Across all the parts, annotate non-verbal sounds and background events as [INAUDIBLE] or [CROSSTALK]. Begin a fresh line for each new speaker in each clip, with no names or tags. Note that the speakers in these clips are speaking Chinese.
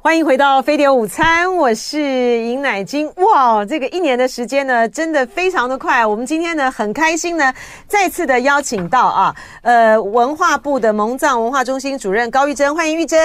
欢迎回到飞碟午餐，我是尹乃金。哇，这个一年的时间呢，真的非常的快。我们今天呢，很开心呢，再次的邀请到啊，呃，文化部的蒙藏文化中心主任高玉珍，欢迎玉珍。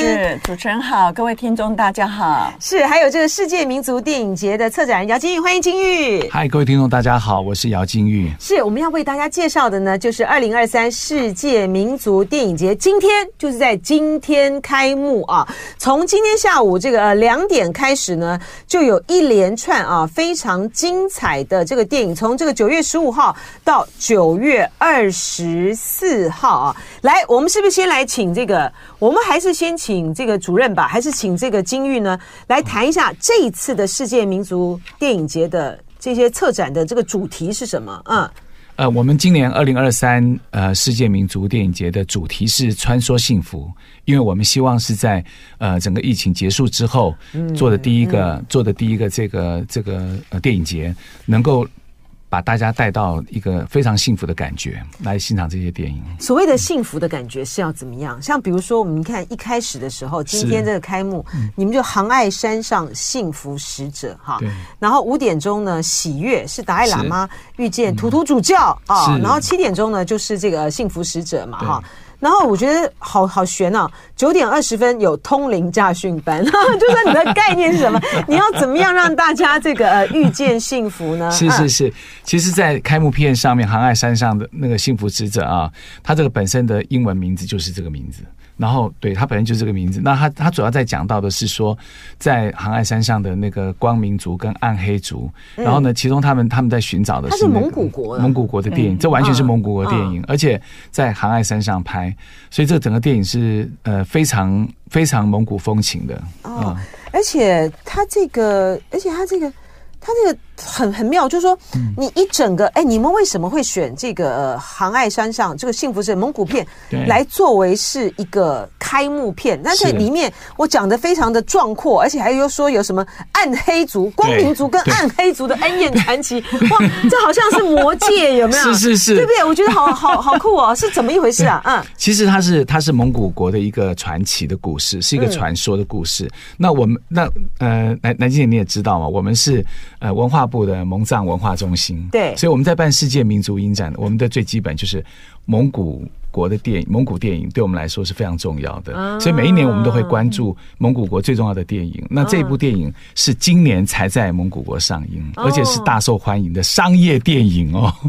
是主持人好，各位听众大家好。
是，还有这个世界民族电影节的策展人姚金玉，欢迎金玉。
嗨，各位听众，大家好，我是姚金玉。
是，我们要为大家介绍的呢，就是二零二三世界民族电影节，今天就是在今天开幕啊。从今天下午这个呃两点开始呢，就有一连串啊非常精彩的这个电影，从这个九月十五号到九月二十四号啊。来，我们是不是先来请这个？我们还是先请这个主任吧，还是请这个金玉呢来谈一下这一次的世界民族电影节的这些策展的这个主题是什么？嗯。
呃，我们今年二零二三呃世界民族电影节的主题是穿梭幸福，因为我们希望是在呃整个疫情结束之后做的第一个、做的第一个这个这个呃电影节，能够把大家带到一个非常幸福的感觉来欣赏这些电影。
所谓的幸福的感觉是要怎么样？像比如说，我们看一开始的时候，今天这个开幕，你们就航爱山上幸福使者哈
嗯对，
然后五点钟呢，喜悦是达赖喇嘛遇见图图主教啊，
嗯是
然后七点钟呢就是这个幸福使者嘛哈。然后我觉得好好悬啊！九点二十分有通灵驾训班， [LAUGHS] 就说你的概念是什么？你要怎么样让大家这个呃遇见幸福呢？
是是
嗯
是，其实，在开幕片上面，《航海山上的那个幸福使者》啊，他这个本身的英文名字就是这个名字。然后，对他本身就是这个名字。那他他主要在讲到的是说，在航海山上的那个光明族跟暗黑族，然后呢，其中他们他们在寻找的
它
是
嗯是
那个
蒙古国嗯啊的
蒙古国的电影，这完全是蒙古国电影，而且在航海山上拍，所以这整个电影是呃非常非常蒙古风情的
哦
啊。嗯
而且它这个，而且它这个，它这个很很妙，就是说，
嗯
你一整个，哎、你们为什么会选这个、呃、杭爱山上这个幸福是蒙古片
对
来作为是一个开幕片？但是
是
里面我讲的非常的壮阔，而且还有说有什么暗黑族、光明族跟
对
暗黑族的恩怨传奇，哇，这好像是魔界有没有？
[LAUGHS] 是是是
对不对？我觉得好好好酷哦，是怎么一回事啊？嗯，
其实它是它是蒙古国的一个传奇的故事，是一
嗯
个传说的故事。那我们那呃，南南京姐你也知道嘛，我们是呃文化部的蒙藏文化中心，
对
所以我们在办世界民族影展，我们的最基本就是蒙古。国的电影，蒙古电影对我们来说是非常重要的，
啊
所以每一年我们都会关注蒙古国最重要的电影。那这部电影是今年才在蒙古国上映，
哦
而且是大受欢迎的商业电影哦。
[LAUGHS]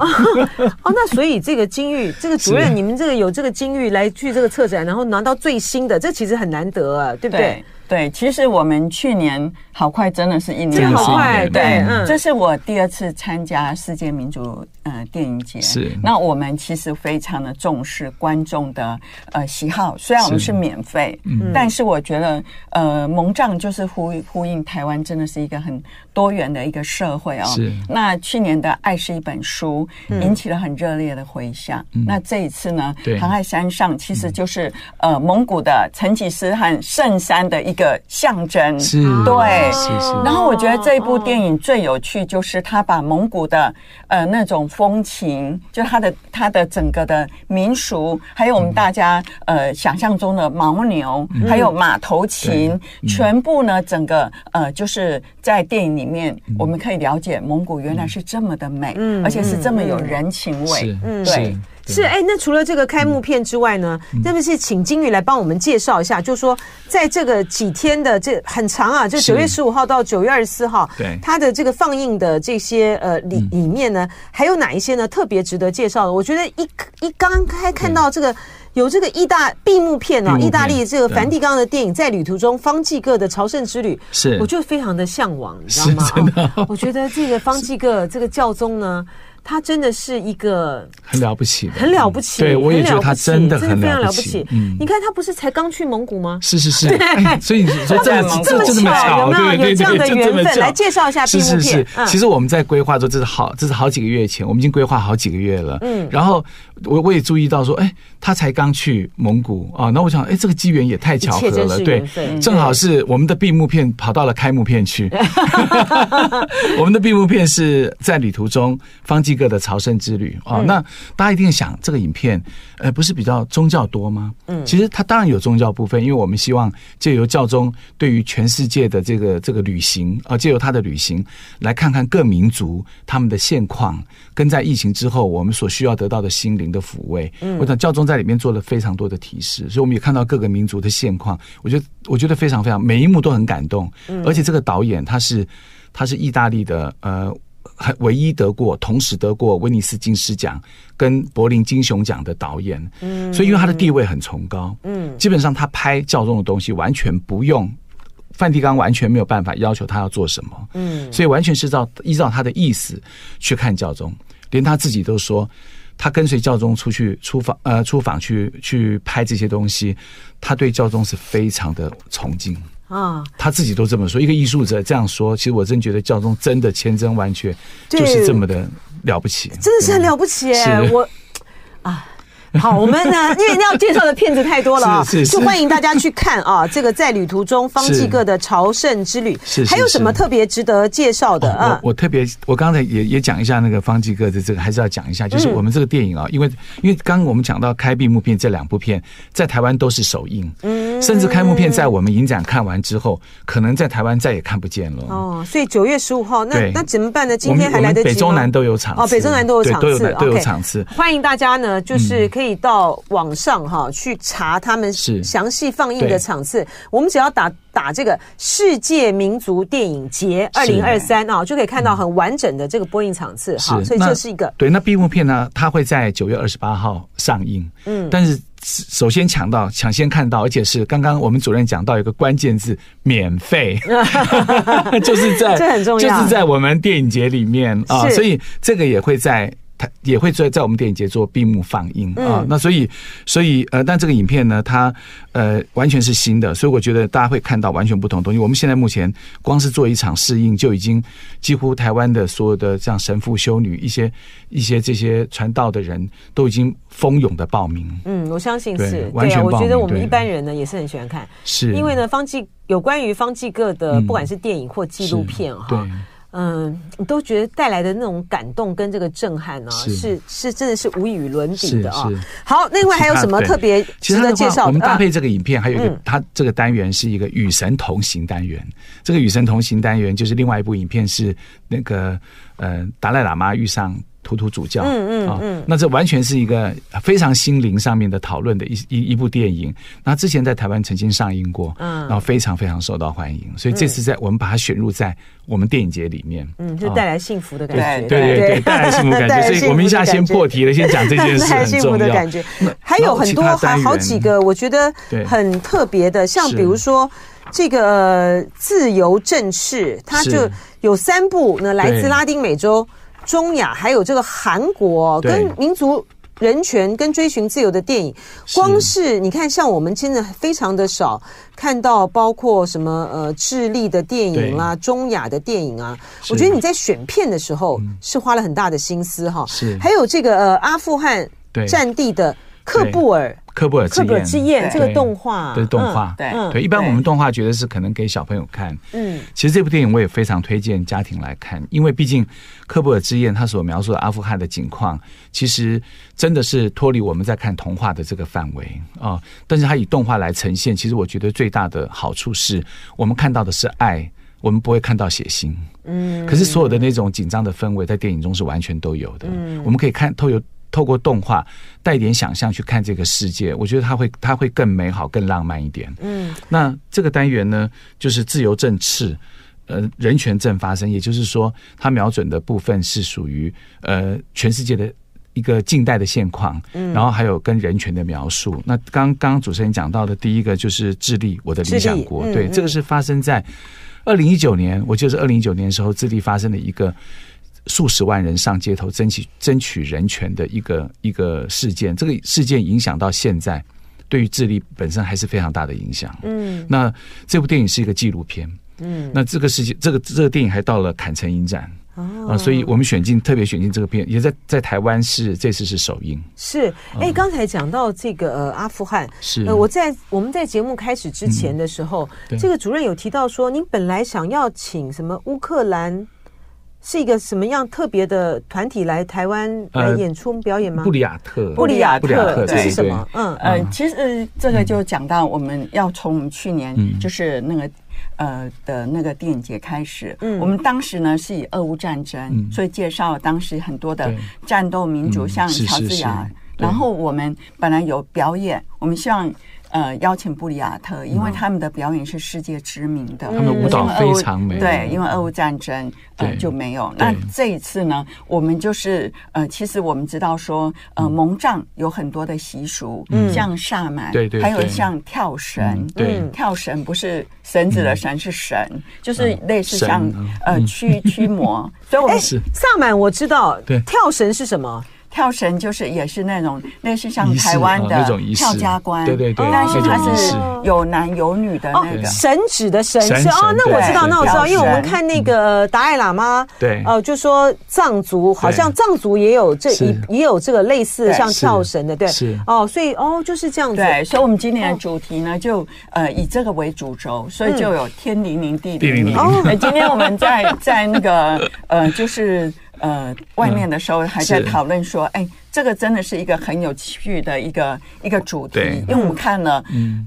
哦，那所以这个金玉，这个主任，
是
你们这个有这个金玉来去这个策展，然后拿到最新的，这其实很难得啊，对不对？
对，其实我们去年好快，真的是一年
真的
了
好快
对
对
嗯
这是我第二次参加世界民族呃电影节。
是
那我们其实非常的重视观众的呃喜好，虽然我们
是嗯
是免费，但是我觉得呃蒙藏就是呼呼应台湾真的是一个很多元的一个社会哦。
是嗯
那去年的《爱是一本书》引起了很热烈的回响。那这一次呢，
对嗯
航海山上其实就是、呃蒙古的成吉思汗圣山的一个象征。
是，啊
对
是是。
哦
然后我觉得这一部电影最有趣，就是他把蒙古的呃那种风情，就他的他的整个的民俗，还有我们大家呃想象中的牦牛，还有马头琴，全部呢整个呃就是在电影里面，我们可以了解蒙古原来是这么的美，而且是这么有人情味
是。，
对
是
是哎，那除了这个开幕片之外呢，
嗯
那不是请金玉来帮我们介绍一下，就说在这个几天的这很长啊，就九月十五号到九月二十四号，
对
它的这个放映的这些呃里里面呢，还有哪一些呢特别值得介绍的？我觉得一一刚开看到这个。有这个意大闭幕片哦、
闭幕片
意大利这个
对
梵蒂冈的电影《在旅途中》，方济各的朝圣之旅，
是
我就非常的向往，你知道吗？
是真的
哦我觉得这个方济各这个教宗呢，他真的是一个
很了不起的，
很了不起，
对，我也
很
觉得他
了不起
真的
真的
很
非常
了
了
不
不起
起。。嗯，
你看他不是才刚去蒙古吗？
是是是，哎所以你说这样子
这么
这这么
巧有
巧，
没有
对对
有这样的
对，就这么
缘分
巧
来介绍一下
是
闭幕
是
片
是
嗯，
其实我们在规划说这是好，这是好几个月前，我们已经规划好几个月了。嗯，然后我我也注意到说，哎，他才刚去蒙古啊，那我想，哎，这个机缘也太巧合
一切真
了，
是
对
缘分，
正好是我们的闭幕片跑 [LAUGHS] 到了开幕片去。我们的闭幕片是在旅途中，方几个的朝圣之旅啊、哦那大家一定想，这个影片呃不是比较宗教多吗？嗯，其实它当然有宗教部分，因为我们希望借由教宗对于全世界的这个这个旅行啊，借、由他的旅行来看看各民族他们的现况，跟在疫情之后我们所需要得到的心灵的抚慰。嗯，我想教宗在里面做了非常多的提示，所以我们也看到各个民族的现况。我觉得我觉得非常非常，每一幕都很感动，而且这个导演他是他是意大利的呃。还唯一得过，同时得过威尼斯金狮奖跟柏林金熊奖的导演，嗯，所以因为他的地位很崇高，嗯，基本上他拍教宗的东西完全不用梵蒂冈完全没有办法要求他要做什么，嗯，所以完全是照依照他的意思去看教宗，连他自己都说，他跟随教宗出去出访呃出访去去拍这些东西，他对教宗是非常的崇敬，
啊，
他自己都这么说，一个艺术者这样说，其实我真觉得教宗真的千真万确，
对
就是这么的了不起。
真的是很了不起耶！
嗯是
我
[LAUGHS]
啊。好，我们呢，因为要介绍的片子太多了啊，
是是是
就欢迎大家去看啊。这个在旅途中，方济各的朝圣之旅，
是是
还有什么
是
特别值得介绍的
哦
啊？
我我特别，我刚才也也讲一下那个方济各的这个，还是要讲一下，
嗯
就是我们这个电影啊，因为因为刚刚我们讲到开闭幕片这两部片在台湾都是首映，嗯，甚至开幕片在我们影展看完之后，可能在台湾再也看不见了。
哦，所以九月十五号，那
对
那怎么办呢？今
我们
天还来得及
我们
吗？
北中南都有场次
哦，北中南都有
对
场次，
都有都有
OK
场次嗯
欢迎大家呢，就是可以到网上哈去查他们
是
详细放映的
对
场次。我们只要打打这个世界民族电影节二零二三啊，就可以看到很完整的这个播映场次哈。所以这
那
是一个
对。那闭幕片呢，它会在九月二十八号上映。嗯，但是首先抢到、抢先看到，而且是刚刚我们主任讲到一个关键字“
[LAUGHS]
免费”，就是在
这很重要
就是在我们电影节里面啊，
是
所以这个也会在。它也会在在我们电影节做闭幕放映
嗯
啊，那所以所以呃，但这个影片呢，它呃完全是新的，所以我觉得大家会看到完全不同的东西。我们现在目前光是做一场试映，就已经几乎台湾的所有的像神父、修女、一些一些这些传道的人都已经蜂拥的报名，
嗯，我相信
对
是
完
对啊。
全
我
报
觉得
名
我们
对
一般人呢也是很喜欢看，
是
因为呢方济有关于方济各的
嗯
不管是电影或纪录片
对
哈。嗯，你都觉得带来的那种感动跟这个震撼啊，
是
是是真的是无与伦比的啊
是是。
好，另外还有什么
其他
特别
其
值
他
得
的
介
话，
绍
我们
的
搭
啊？
配这个影片，还有一个
嗯，
它这个单元是一个与神同行单元。这个与神同行单元就是另外一部影片，是那个呃达赖喇嘛遇上图图主教。
嗯嗯
啊，那这完全是一个非常心灵上面的讨论的一一一部电影。那之前在台湾曾经上映过，
嗯
然后非常非常受到欢迎，所以这次在我们把它选入在我们电影节里面，啊
嗯，就带来幸福的感觉，
对对对，哦带来幸福感
[LAUGHS] 带来
觉。所
幸福
以我们一下
的
先
感觉
破题了，先讲这
[LAUGHS]
件事
带来
很
幸福
重
的
要
感。觉
那，
还有很多
然后其
还
他单元
好几个，我觉得
对
很特别的，像
是
比如说这个呃自由正视，它
是
就有三部呢，来自
对
拉丁美洲、中亚，还有这个韩国
对
跟民族。人权跟追寻自由的电影，光是你看，像我们真的非常的少看到，包括什么呃智利的电影啦、中亚的电影啊，
是嗯
我觉得你在选片的时候是花了很大的心思哈。
是
还有这个呃阿富汗
对
战地的科布尔
科布尔之
科布尔
焰，
之焰这
对
个动画，
对动画，
对
对，一般我们动画觉得是可能给小朋友看，
嗯，
其实这部电影我也非常推荐家庭来看，因为毕竟科布尔之焰它所描述的阿富汗的景况，其实真的是脱离我们在看童话的这个范围啊、但是它以动画来呈现，其实我觉得最大的好处是我们看到的是爱，我们不会看到血腥。嗯，可是所有的那种紧张的氛围在电影中是完全都有的。嗯，我们可以看透有。透过动画带一点想象去看这个世界，我觉得它会它会更美好、更浪漫一点。嗯，那这个单元呢，就是自由政治。呃人权正发生，也就是说，它瞄准的部分是属于呃全世界的。一个近代的现况，
嗯
然后还有跟人权的描述。那刚刚主持人讲到的第一个就是智利，我的理想国，
智利嗯
对，
嗯
这个是发生在二零一九年，我记得是二零一九年的时候，智利发生了一个数十万人上街头争取争取人权的一个一个事件。这个事件影响到现在，对于智利本身还是非常大的影响。嗯，那这部电影是一个纪录片。嗯，那这个事情，这个这个电影还到了坎城影展。
哦
啊，所以我们选进特别选进这个片，也在在台湾是这次是首映，
是。
嗯
哎，刚才讲到这个呃阿富汗，
是
呃我在我们在节目开始之前的时候，
嗯对
这个主任有提到说，您本来想要请什么乌克兰是一个什么样特别的团体来台湾来
呃
演出表演吗？
布里亚特，
布里亚
布里亚
特
特
这
对
是什么？嗯，
呃，其实这个就讲到我们要从我们去年
嗯
就是那个。呃的那个电影节开始，
嗯
我们当时呢是以俄乌战争，
嗯
所以介绍当时很多的
对
战斗民族，
嗯
像
是
乔
是
治
是
亚。
对
然后我们本来有表演，我们希望呃邀请布里亚特，因
嗯
为他们的表演是世界知名的，
他们舞
蹈
因为俄乌
非常美
对，因为俄乌战争呃
对
就没有。
对
那这一次呢，我们就是呃，其实我们知道说，呃，蒙藏有很多的习俗，像萨满，
嗯对对
还有
对
像跳绳
嗯，对
嗯
跳绳不是绳子的绳，是绳，就是类似
绳
像
嗯哎
呃驱驱
[LAUGHS]
魔，所以我们
是
萨满我知道，
对
跳绳是什么？
跳绳就是也是那种类似像
仪式
台湾
哦
的
那种仪式
跳家关，
对对对
但是
那种
它
仪
是
式
有男有女的
哦
那个，，
神指的神
神
是哦，
神
那我
对
知道，
对
那我知道，
对
因为我们
神
看那个达赖喇嘛，
对
呃，就说藏族好像藏族也有这
是
一也有这个类似
对
像
是
跳绳的，对，
是
哦，所以哦就是这样子，嗯
对，所以我们今年的主题呢，就呃以这个为主轴，所以就有天灵灵地灵
地
灵。
灵
灵
呃今天我们在 [LAUGHS] 在那个呃就是呃外面的时候，还在
是
讨论说，哎，这个真的是一个很有趣的一个一个主题
对，
因为我们看了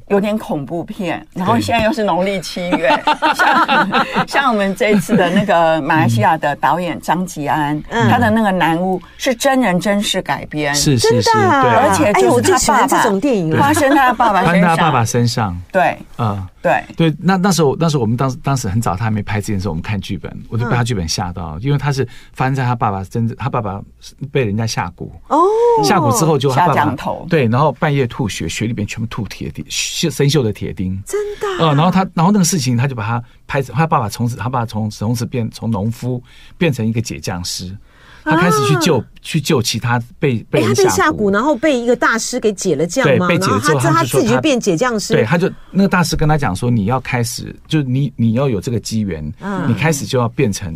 有点恐怖片，然后
对
现在又是农历七
[LAUGHS]
月，像像我们这一次的那个马来西亚的导演张吉安，
嗯
他的那个南屋是真人真事改编，
是
真
是
的
是，对，
啊
而且
哎
就是
我最
他
喜欢
爸爸
这种电影了
发生在他爸爸
翻
身
到
上，
爸爸身上
对
啊。
对，
对，那那时候那时候我们当时当时很早，他还没拍之前的时候，我们看剧本，我就被他剧本吓到，因为他是发生在他爸爸真正，他爸爸是被人家下蛊，
哦，
下蛊之后就他
下
爸
降
爸
头
对，然后半夜吐血，血里边全部吐铁钉，锈生锈的铁钉，
真的
呃，然后他，然后那个事情，他就把他拍成，他爸爸从此，他爸爸从从此变从农夫变成一个解匠师，他开始去救、去救其他被
啊哎，
被
他
人
被
下
下蛊，
蛊，
然后被一个大师给解了降
对
吗？
被
然
解
后
了之后
他
他
他
们就说
自己就
他
变解降师，
对，他就那个大师跟他讲说，你要开始，就是你你要有这个机缘，
嗯
你开始就要变成。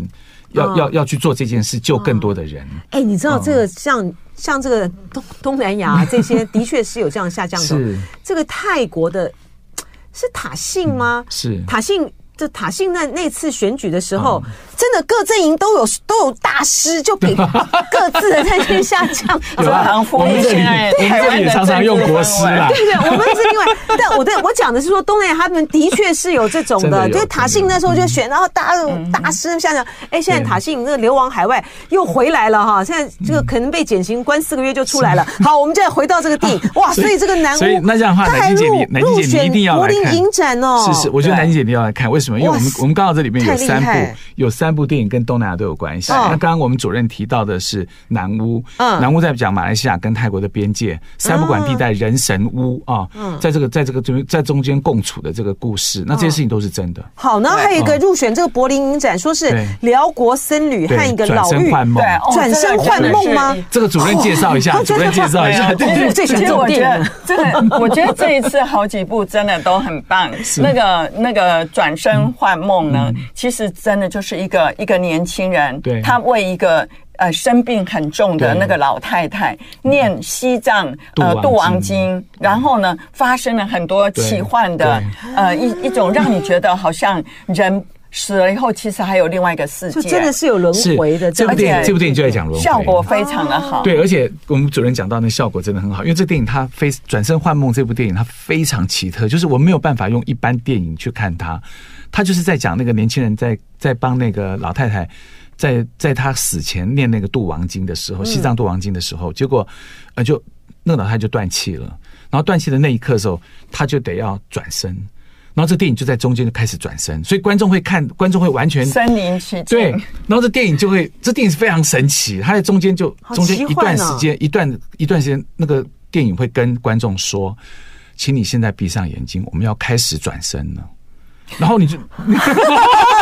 要
嗯
要要去做这件事，救更多的人，
哎，你
嗯
知道这个像像这个东东南亚啊这
[LAUGHS]
些，的确是有这样下降头。
是
这个泰国的是塔信吗？
嗯是嗯
塔信。这塔信那那次选举的时候，真的各阵营都有都有大师，就
[LAUGHS]
给各自的那些下降。
有
这
啊啦
行，服
我们
务
这里
现在
我们
台
这
湾
里也
的
常常
政
用
治
国
氛
师
围
啦，
[LAUGHS] 对对，我们是另外，但我对我讲的是说，东南亚他们的确是有这种
真
的，
的有嗯
就是塔信那时候就选，然后大家有大师像讲，哎，现在塔信那个流亡海外又回来了哈，现在
嗯
这个可能被减刑关四个月就出来了。好，我们再回到这个电影，哇，所以这个南屋，
所以那这样的话，
他还
南京姐
入
你南京
入
姐你一
选
定要
柏
来
林
看
影展哦，
是是，我觉得
对
南京姐你要来看，为什么？因为我
哇
们
塞
我们刚好这里面有
太厉
三
害
部，有三部电影跟东南亚都有关系。
哦
那刚刚我们主任提到的是南屋，
嗯
南屋在讲马来西亚跟泰国的边界，三不管地带人神屋啊，在这个在这个中在中间共处的这个故事，那这些事情都是真的。
好，然后
对
还有一个入选这个柏林影展，说是
哦对
辽国僧侣和
对
一个，
转
老
身
妪。
换梦
对，，哦
转身换梦吗
这个主任介绍一下，
哦
主任介绍一下，
这
对
个真的是
我最喜欢这
其实
种
我觉
电影
得这
[LAUGHS]
个，我觉得这一次好几部真的都很棒。那个那个转身换梦呢，
嗯
其实真的就是一个一个年轻人，
对
他为一个。呃，生病很重的
对
那个老太太
嗯
念西藏呃
度
度
王
王
经
经，然后呢发生了很多奇幻的呃一一种让你觉得好像人死了以后，其实还有另外一个世
就
界，
真的是有轮
是
回的，
这
样
部
子
电
而
影，
且
这部电影就在讲轮回，
效果非常的好。
对，而且我们主任讲到那效果真的很好，因为这电影它非《转身幻梦》这部电影它非常奇特，就是我没有办法用一般电影去看它，它就是在讲那个年轻人在在帮那个老太太。在在她死前念那个度王经的时候，西藏度王经的时候，结果呃就那个老太太就断气了。然后断气的那一刻的时候，她就得要转身，然后这电影就在中间就开始转身，所以观众会看，观众会完全
身临其境。
对，然后这电影就会，这电影是非常神奇，它在中间就
好
中间
奇
一段
幻哦
时间，一段一段时间，那个电影会跟观众说，请你现在闭上眼睛，我们要开始转身了。然后你就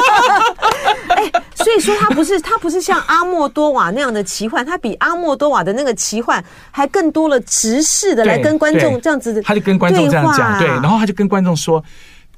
[LAUGHS]
所以说，它不是它不是像阿莫多瓦那样的奇幻，它比阿莫多瓦的那个奇幻还更多了直视的来
对
跟观众
对
这样子的对话，
他就跟观众这样讲，对，然后他就跟观众说，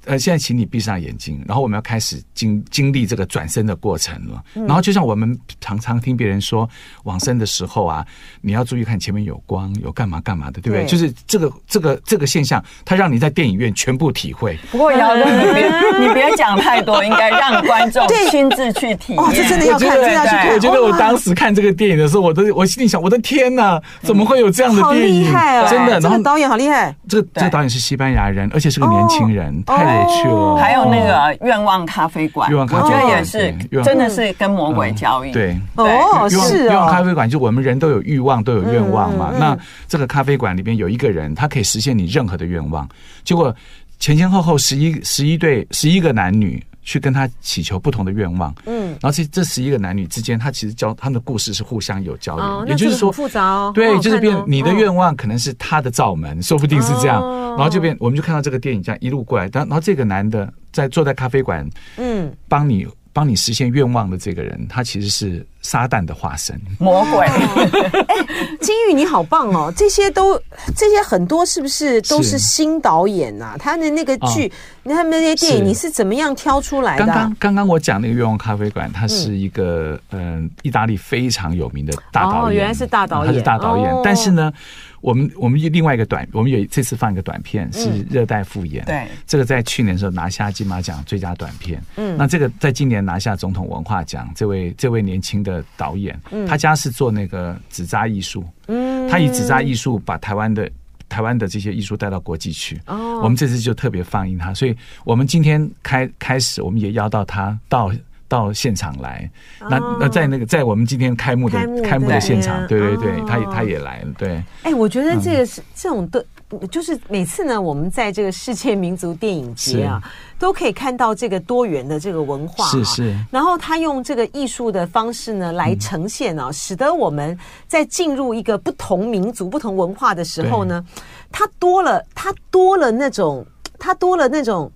呃，现在请你闭上眼睛，然后我们要开始经经历这个转身的过程了。
嗯
然后就像我们常常听别人说，往生的时候啊，你要注意看前面有光，有干嘛干嘛的，对不对？
对
就是这个这个这个现象，它让你在电影院全部体会。
不过姚哥，你别你别讲太多，应该让观众
对
亲自去体验。
哦这真的要看
我觉得
真的要去看
我觉得我当时看这个电影的时候，我都我心里想，我的天哪，怎么会有这样的
好
电
厉
影？
害哦！
真
这
的。然后
个导演好厉害。
这个这个导演是西班牙人，而且是个年轻人，
哦
太有趣了。
还有那个啊愿望咖啡馆，
愿望咖啡
我觉
馆
得也是
对愿，望
真的是跟魔鬼交易。
嗯对
哦，嗯
欲望
是
欲望咖
哦，
啡馆，就我们人都有欲望，都有愿望嘛。那这个咖啡馆里面有一个人，他可以实现你任何的愿望。结果前前后后十一十一对十一个男女去跟他祈求不同的愿望，
嗯
嗯，然后这这十一个男女之间，他其实交他们的故事是互相有交流，
哦那
也就
这
是
个
说
很复杂哦好
对，
好
就是
看
变
哦
你的
嗯
愿望可能是他的罩门，说不定是这样，
哦
然后就变我们就看到这个电影这样一路过来，然后然后这个男的在坐在咖啡馆
嗯，
帮你帮你实现愿望的这个人，他其实是撒旦的化身。
魔鬼。
哦金玉你好棒
[LAUGHS]
哦，这些都这些很多是不是都是
是哦
新导演呐、他的那个剧，你看他们那些电影，
是
你是怎么样挑出来的
刚
啊、
刚刚刚我讲那个愿望咖啡馆，它是一个嗯、呃意大利非常有名的大导演，
哦原来是大导演
他是大导演。
哦
但是呢，我们我们另外一个短，我们有这次放一个短片是
嗯
热带复眼，
对
这个在去年的时候拿下金马奖最佳短片，嗯，那这个在今年拿下总统文化奖，这位这位年轻的导演，
嗯
他家是做那个纸扎艺术，嗯，他以纸扎艺术把台湾的。台湾的这些艺术带到国际去，
哦
我们这次就特别放映他，所以我们今天开开始，我们也邀到他到到现场来。那那在那个在我们今天开幕的
哦开幕
开幕
对
的现场，对对
哦
对，他也他也来了，对。
哎、我觉
嗯
得这个是、这种的，就是每次呢，我们在这个世界民族电影节啊，都可以看到这个多元的这个文化、啊，
是是
然后他用这个艺术的方式呢来呈现
嗯
啊，使得我们在进入一个不同民族、不同文化的时候呢，它多了，它多了那种，它多了那种，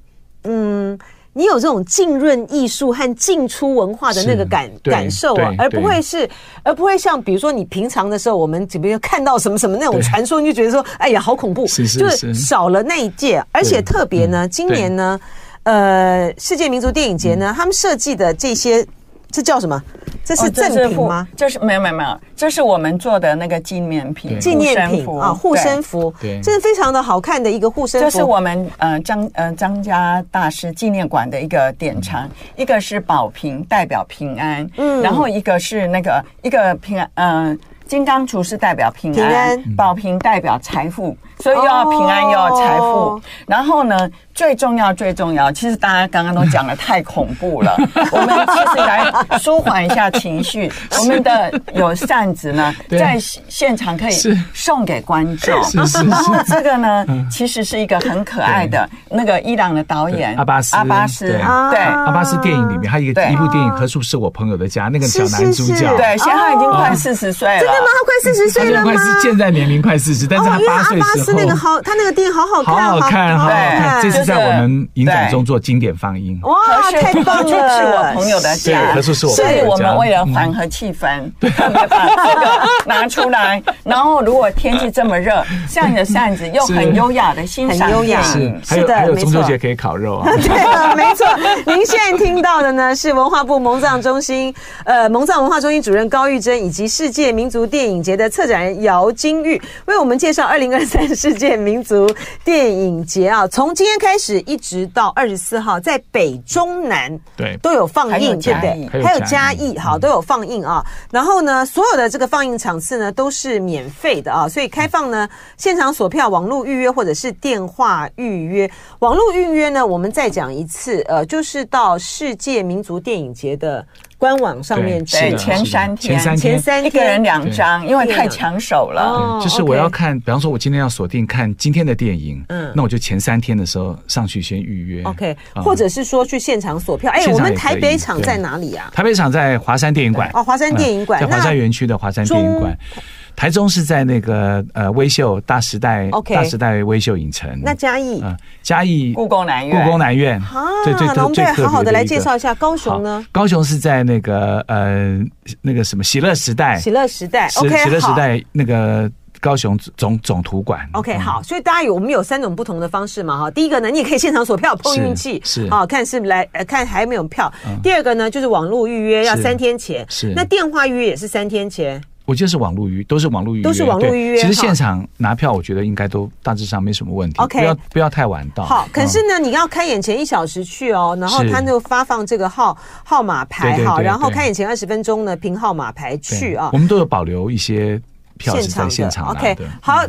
嗯。你有这种浸润艺术和进出文化的那个
是
感
对
感受啊
对，
而不
对
会是，而不会像比如说你平常的时候，我们这边看到什么什么那种
对
传说，你就觉得说，哎呀，好恐怖，
是是
就是
是嗯
少了那一届，而且特别呢，今年呢，呃，世界民族电影节
嗯
呢，他们设计的这些，这叫什么？这是
哦这
赠
是
品吗？
护？这是没有没有没有，这是我们做的那个纪念品，
对
纪念
护身
品
符
啊，护身
对
符，
对
这是非常的好看的一个护身符。
这是我们呃张呃张家大师纪念馆的一个典藏，一个是保平，代表平安，嗯，然后一个是那个一个平安，嗯、金刚厨师代表平
平
安，
安
保平代表财富，所以又要平安又要财富。
哦
然后呢，最重要最重要，其实大家刚刚都讲的太恐怖
[LAUGHS]
了，我们其实来舒缓一下情绪。我们的有扇子呢，
对
在现场可以
是
送给观众，
是是嗯
然后这个呢，其实是一个很可爱的那个伊朗的导演
对阿巴斯
阿巴斯，
对
啊
对
阿巴斯电影里面，还有一个
对
一部电影《何处是我朋友的家》，那个
哦是
小男主
是是
角，
对，现在他已经快
哦
四十岁了，
真的吗？他快四十
他
岁
现
了
在
吗
快？是现在年龄快四十，但
哦
是他，
因为
八
阿
岁
巴斯那
时
个
候。
好，他那个电影好好看，
好好看，好好
对
看！这
就是是
在我们影展
对
中做经典放映。
哇
可，是
啊太
[LAUGHS]
棒了！
这是我朋友的家，
对可是是我
所
朋
以
友的
我们
家嗯
为了缓和气氛，特别把这个拿出来。然后如果天气这么
[LAUGHS]
热，像你的扇子又很
是
优雅的欣赏
很优雅
电影
是，还
是
有
的
还有
没
中秋
错
节可以烤肉啊。
[LAUGHS] 对了，没错。您现在听到的呢是文化部蒙藏中心，呃，蒙藏文化中心主任高玉珍以及世界民族电影节的策展人姚金玉为我们介绍二零二三 [LAUGHS] 世界民族电影节啊，从今天开始一直到二十四号，在北中南
对
都有放映，对不
还有嘉
对
义？
还
还
有
有
嘉
嘉
义，
义
好，都有放映啊。然后呢，所有的这个放映场次呢都是免费的啊，所以开放呢现场索票、网络预约或者是电话预约。网络预约呢，我们再讲一次，呃，就是到世界民族电影节的官网上面去
是。
对
的
前
是的
三天
前三
前
天，
三天
一个人两张，因为太抢手
哦
了。
对就是我
OK
要看，比方说，我今天要锁定看今天的电影，嗯，那我就前三天的时候上去先预约
OK，
嗯
或者是说去现场索票。哎，
现
我
场
们
也可
台北
以
场
对
在哪里啊？
台北场在华山电影馆
哦华山电影馆
嗯在华
那
山园区的华山电影馆。台中是在那个呃微秀大时代
OK
大时代微秀影城。
那嘉义
嗯，嘉义
故宫南院
故宫南院
啊，
对对
那我
对，
们
最
再
特别
好好的
的
来
一个
介绍一下高雄呢
好。高雄是在那个呃那个什么喜乐时代，
喜乐时代
时
，OK，
喜乐时
好。
代那个高雄总总图馆。
OK，好，所以大家有我们有三种不同的方式嘛哈。第一个呢，你也可以现场索票碰运气，
是嗯
啊，看是不是来呃看还有没有票。第二个呢，就是网络预约要
是
三天前，
是
那电话预约也是三天前。
我觉得是网络预约，都是网络预约，
都是网络
对
预约
其实
哈
现场拿票，我觉得应该都大致上没什么问题。
OK
不要不要太晚到。
好，可
嗯
是呢，你要开演前一小时去哦，然后
是
他就发放这个号号码牌
对对
哈，
对
然后
对
开演前二十分钟呢凭号码牌
对
去啊
我。们都有保留一些票是在现场拿
OK，
的。嗯
好，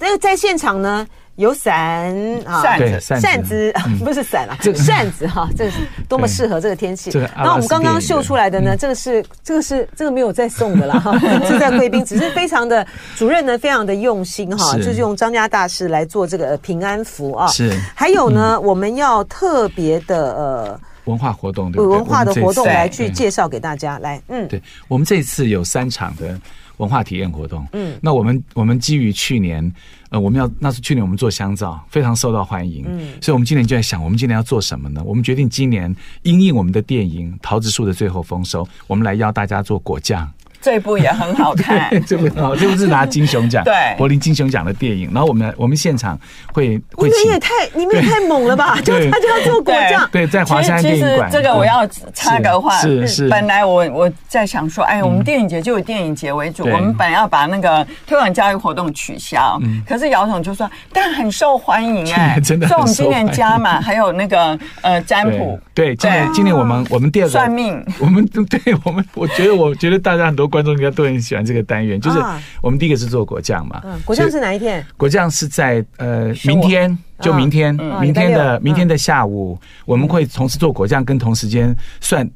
那个在现场呢有伞啊，
扇
嗯对，
子
扇嗯
扇子 [LAUGHS] 不是伞啊，
这个
扇子
[LAUGHS]
哈，这是多么
对
适合这个天气。
这个阿拉斯
那我们刚刚秀出来的呢，
嗯
这个是这个是这个没有在送的啦，哈 [LAUGHS] 是在贵宾，只是非常的主任呢非常的用心哈，
是
就是用张家大师来做这个呃平安符啊。
是嗯
还有呢，我们要特别的呃。
文化活动，对不对？
文化的
我们这
活动
次
来
对
去介绍给大家，来，嗯，
对，我们这次有三场的文化体验活动。嗯，那我们我们基于去年，呃，我们要那是去年我们做香皂，非常受到欢迎。嗯，所以我们今年就在想，我们今年要做什么呢？我们决定今年因应我们的电影《桃子树的最后丰收》，我们来邀大家做果酱。
这部也很好看
[LAUGHS] 。这部哦，这部是拿金熊奖，
哎 [LAUGHS] 对
柏林金熊奖的电影。然后我们我们现场会
你
会
们
请
也
[LAUGHS]
太你们也太猛了吧！就
对
他就要做果
对
酱，
对 [LAUGHS] 在华山
其实
电影馆。嗯
其实这个我要插个话，
是是是
本来我我在想说，哎，我们电影节就以电影节为主，
对
我们本来要把那个推广教育活动取消，可是姚总就说，但很受欢
[LAUGHS]
迎哎，
嗯真的
所以我们
很受
今年
欢迎
加嘛，还有那个呃占卜
对。对，今年今年我
啊
们我们第二个
算命，
我们 [LAUGHS] 对我们，我觉得我觉得大家很多观众应该都很喜欢这个单元，就是
啊
我们第一个是做果酱嘛，
嗯，果酱是哪一天？
果酱是在
我
呃明天，就明天，
嗯
明
礼
天
拜六
的
嗯
明天的下午，我们会同时做果酱，跟同时间算。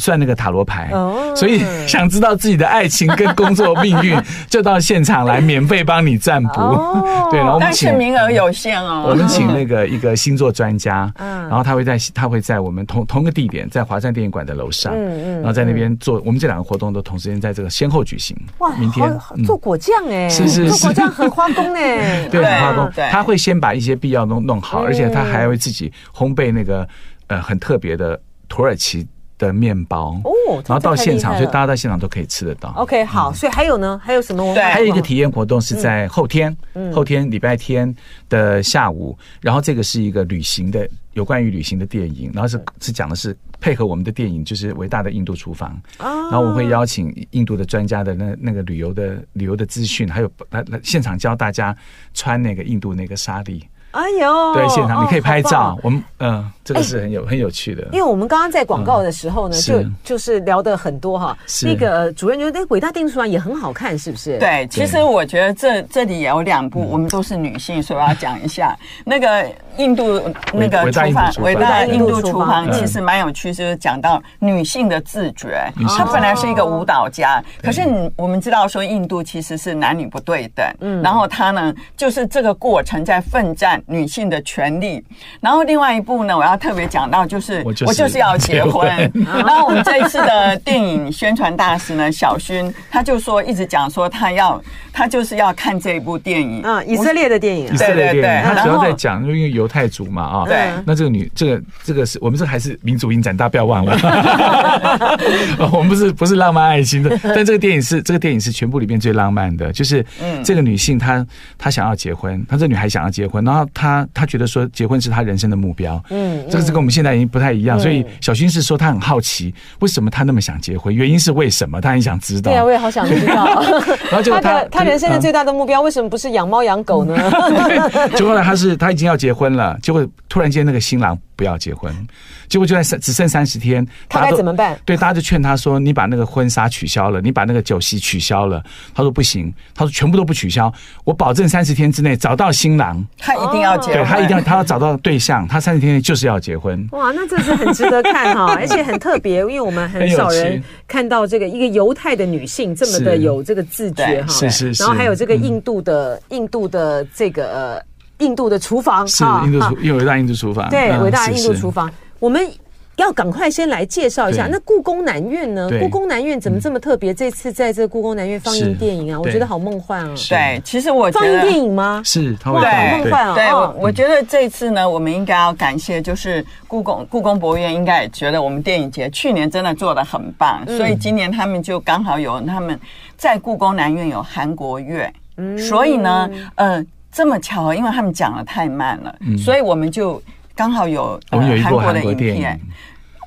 算那个塔罗牌
哦，
所以 [LAUGHS] 想知道自己的爱情跟工作命运，就到现场来免费帮你占卜
哦。
[LAUGHS] 对，然后我们
但
请
是名额有限哦。
我们请那个一个星座专家，
[LAUGHS] 嗯
然后他会在他会在我们同同个地点，在华山电影馆的楼上，
嗯嗯
然后在那边做，我们这两个活动都同时间在这个先后举行。
哇，
明天
好好做果酱哎，
是是
做
是
果酱很花工
[LAUGHS]
哎，
对
对
很化工
对，
他会先把一些必要弄弄
嗯
好，而且他还会自己烘焙那个呃很特别的土耳其的面包
哦这
然后
太厉
到现场，
害
所以
了哦
大家在现场都可以吃得到。
OK，好，所以还有呢，还有什么文化？
对
还有一个体验活动是在
嗯
后天，后天礼拜天的下午，然后这个是一个旅行的，有关于旅行的电影，然后是是讲的是配合我们的电影，就是伟大的印度厨房，
啊
然后我们会邀请印度的专家的那那个旅游的旅游的资讯，还有来来现场教大家穿那个印度那个纱丽，
哎呦，
对，现场你可以
哦哎
拍。
好
照
棒，
我们嗯，这个是很有很有趣的，
因为我们刚刚在广告的时候呢，
嗯
就是就是聊的很多哈。
是
那个呃主任觉得，哎，伟大定数啊也很好看，是不是？，
对，嗯其实我觉得这这里也有两部，我们都是女性，所以我要讲一下那个印度那个
伟大
厨
印
房，
度
伟
厨
大
房
印度厨
嗯
房其实蛮有趣，就是讲到女性哦的自觉
女。性
她
自
本来是一个舞蹈家，可是你我们知道说印度其实是男女不对等，然后她呢就是这个过程在奋战女性的权利。然后另外一部呢，我要特别讲到就是
我就是
我就是要结婚
结婚，
[LAUGHS] 然后我们这一次的电影宣传大使呢，小薰他就说一直讲说他要他就是要看这一部电影，
嗯，以色列的电影
以
啊，
色列
对对
电影，
对
他
然
主要
后
在讲，因为犹太族嘛啊，
对
那这个女，这个这个是我们这还是民族影展，大家不要忘了，我们不是不是浪漫爱情的，但这个电影是这个电影是全部里面最浪漫的，就是这个女性她她想要结婚，她这女孩想要结婚，然后她她觉得说结婚是她人生的目标，嗯，这个是跟我们现在已经不太一样，所以小薰是说她很好奇，为什么她那么想结婚，原因是为什么，她很想知道，
对啊，我也好想知道。
[LAUGHS] 然后结嗯
他
果她
的他人生的最大的目标，为什么不是养猫养狗呢？
[LAUGHS] 结果呢，他是他已经要结婚了，结果突然间那个新郎不要结婚，结果就在三只剩三十天，
他
大家
该
都
怎么办？
对，大家就劝他说：“你把那个婚纱取消了，你把那个酒席取消了。”他说：“不行，他说全部都不取消，我保证三十天之内找到新郎，
他一定要
哦
结
对
婚，
他一定要他要找到对象，他三十天内就是要结婚。
哇，那这是很值得看
[LAUGHS]
哈，而且很特别，因为我们很少
很有
人
趣
看到这个一个犹太的女性这么的
是
有这个自觉
对
哈，
是是是嗯
然后还有这个印度的印度的这个呃印度的厨房
是印度厨，因为伟大印度厨房，
对
嗯
伟大印度
是
厨房，我们。要赶快先来介绍一下，
对
那故宫南院呢？
对嗯
故宫南院怎么这么特别？这次在这个故宫南院放映
是
电影啊，我
对
觉得好梦幻啊！
是
对，其实我觉
放映
得
电影吗？
是，他会
哇，
放
好
对
梦幻啊！
对，我
哦
我觉得这次呢，我们应该要感谢，就是故宫故宫博物院应该也觉得我们电影节去年真的做的
嗯
很棒，所以今年他们就刚好有他们在故宫南院有韩国月。
嗯
所以呢，呃，这么巧，因为他们讲的太慢了，所以我们就刚好有呃
嗯我们有一部韩
的
国
影
电
片
影。，嗯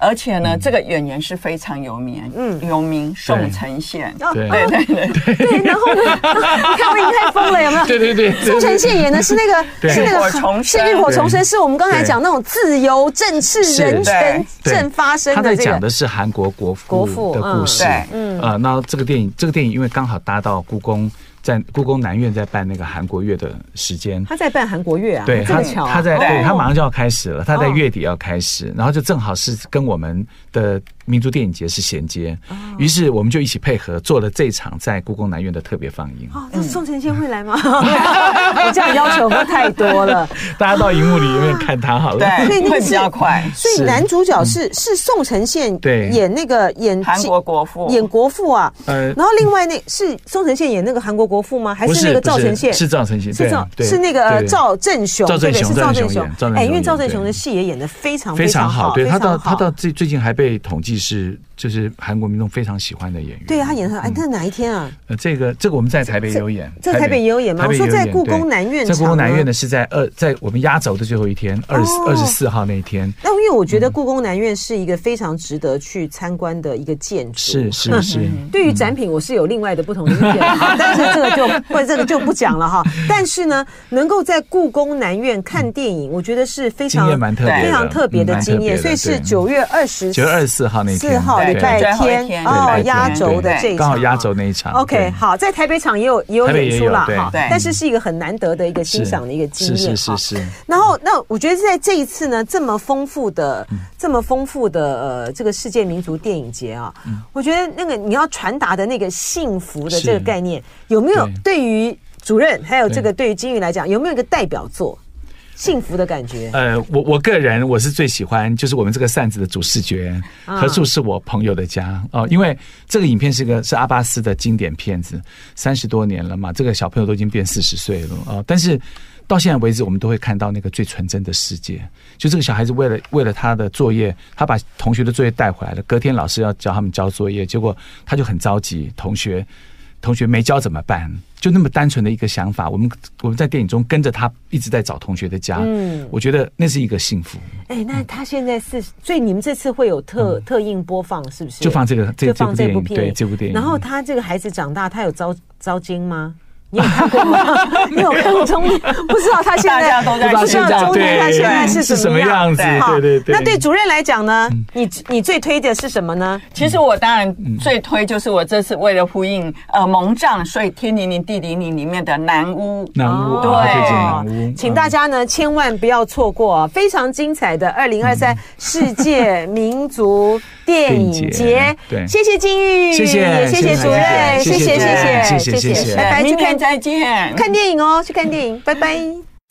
而且呢，这个演员是非常有名，嗯，有名宋承宪，
哦
对
对对对，
对，然
[LAUGHS]
后呢，你看我已经太疯了，有没有？
对对对，对
宋承宪演的是那个，
对
是那
浴
个
火重
是
生
浴火重生，
对
是我们刚才讲那种自由、正视
是
人权
对
正发生
他
的
在
这
讲
个。
的是韩国国父
国父
的故事
嗯，
嗯，呃，那这个电影，这个电影因为刚好搭到故宫在故宫南院在办那个韩国月的时间，
他在办韩国乐啊，
对
这
他
么巧啊，
他在对
哦
他马上就要开始了，他在
哦
月底要开始，然后就正好是跟我们的民族电影节是衔接，
哦
于是我们就一起配合做了这场在故宫南院的特别放映，
哦，这宋承宪会来吗？ [LAUGHS] 我这样要求会太多了。
大家到荧幕里面看他好了。
哦所以那
对，
个 [LAUGHS]
会
是嗯
比较快。
所以
是
男主角是是宋承宪
对
演那个演
韩国国父
演国父啊，
呃
然后另外那是宋承宪演那个韩国国父吗？还
不
是那
是
个
不
赵承宪？
是赵承宪，
是赵
对对
是那个呃
对
赵正雄，
赵
对
正
不对？
雄，
是赵
正
正
雄
雄
演，赵正雄
哎，因为
演
赵正雄
对
的戏也演得非常
非常好，对
非
他
常
到
好
他到最最近还被统计是就是韩国民众非常喜欢的演员。
对啊，他演得
嗯
很好哎，那哪一天啊？
呃，这个这个我们在台北也有演，
这这台北也有演吗
台北
我说在
也有演
故宫
对
南院
在故
场
宫南
呢
院呢是在二在我们压轴的最后一天，二十
哦
二十四号那一天，
那因为我觉
嗯
得故宫南院是一个非常值得去参观的一个建筑，
是是是，
对于展品，我是有另外的不同的意见，
嗯
好但是这个就不这个就不讲了哈。但是呢，能够在故宫南院看电影，我觉得是非
经
常
验蛮特别的，
非常特别的
嗯蛮
经验，
特别的
所以是
对
九月二十
九月二十四号那一天，
四号
对
礼拜
最后一
天
天
哦
对
压轴的这一场，啊
刚好压轴。那一场。
OK，
对
好，在台北场也有也有
台北
演
也
出
有
了
对
哈，
对
但是是一个很难得的一个
是
欣赏的一个经验啊
是
哈
是是是，
然后，那我觉得在这一次呢，这么丰富的、这么丰富的呃，这个世界民族电影节啊，我觉得那个你要传达的那个幸福的
是
这个概念，有没有对于主任还有这个对于金玉来讲，有没有一个代表作？幸福的感觉，
呃，我我个人我是最喜欢，就是我们这个扇子的主视觉，何处是我朋友的家哦、因为这个影片是个是阿巴斯的经典片子，三十多年了嘛，这个小朋友都已经变四十岁了啊、哦但是到现在为止，我们都会看到那个最纯真的世界。就这个小孩子为了为了他的作业，他把同学的作业带回来了，隔天老师要教他们交作业，结果他就很着急，同学同学没交怎么办？就那么单纯的一个想法，我们我们在电影中跟着他一直在找同学的家，嗯，我觉得那是一个幸福，
哎，
嗯
那他现在是，所以你们这次会有特、特映播放，是不是？
就放这个这
就放这部
这部电影
片，
对这部电影
然后他这个孩子长大，他有遭遭惊吗？你有看
[LAUGHS]
过吗？你有看过中年？不知道他现在
[LAUGHS] 大家都在
不知道中年他现在是
是
什
什
么
么
样
样子？
好
对对对。嗯
那对主任来讲呢？你你最推的是什么呢？
其实我当然
嗯
最推就是我这次为了呼应呃蒙藏，所以天灵灵地灵灵里面的南屋。
南屋
对
啊，推荐南屋，
哦请大
家
家呢千万不要错过啊，非常精彩的二零二三世界民族电影
电
节
影节。对
谢谢金玉，
谢谢
也谢谢
谢谢
主任，
谢
谢
谢
谢谢
主任
谢
谢谢谢谢
拜拜，去
明天
看
再见。
看电影哦，去看电影，拜拜。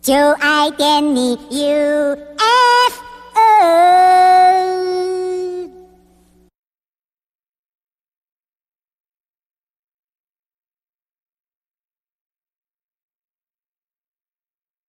就爱点你 UFO。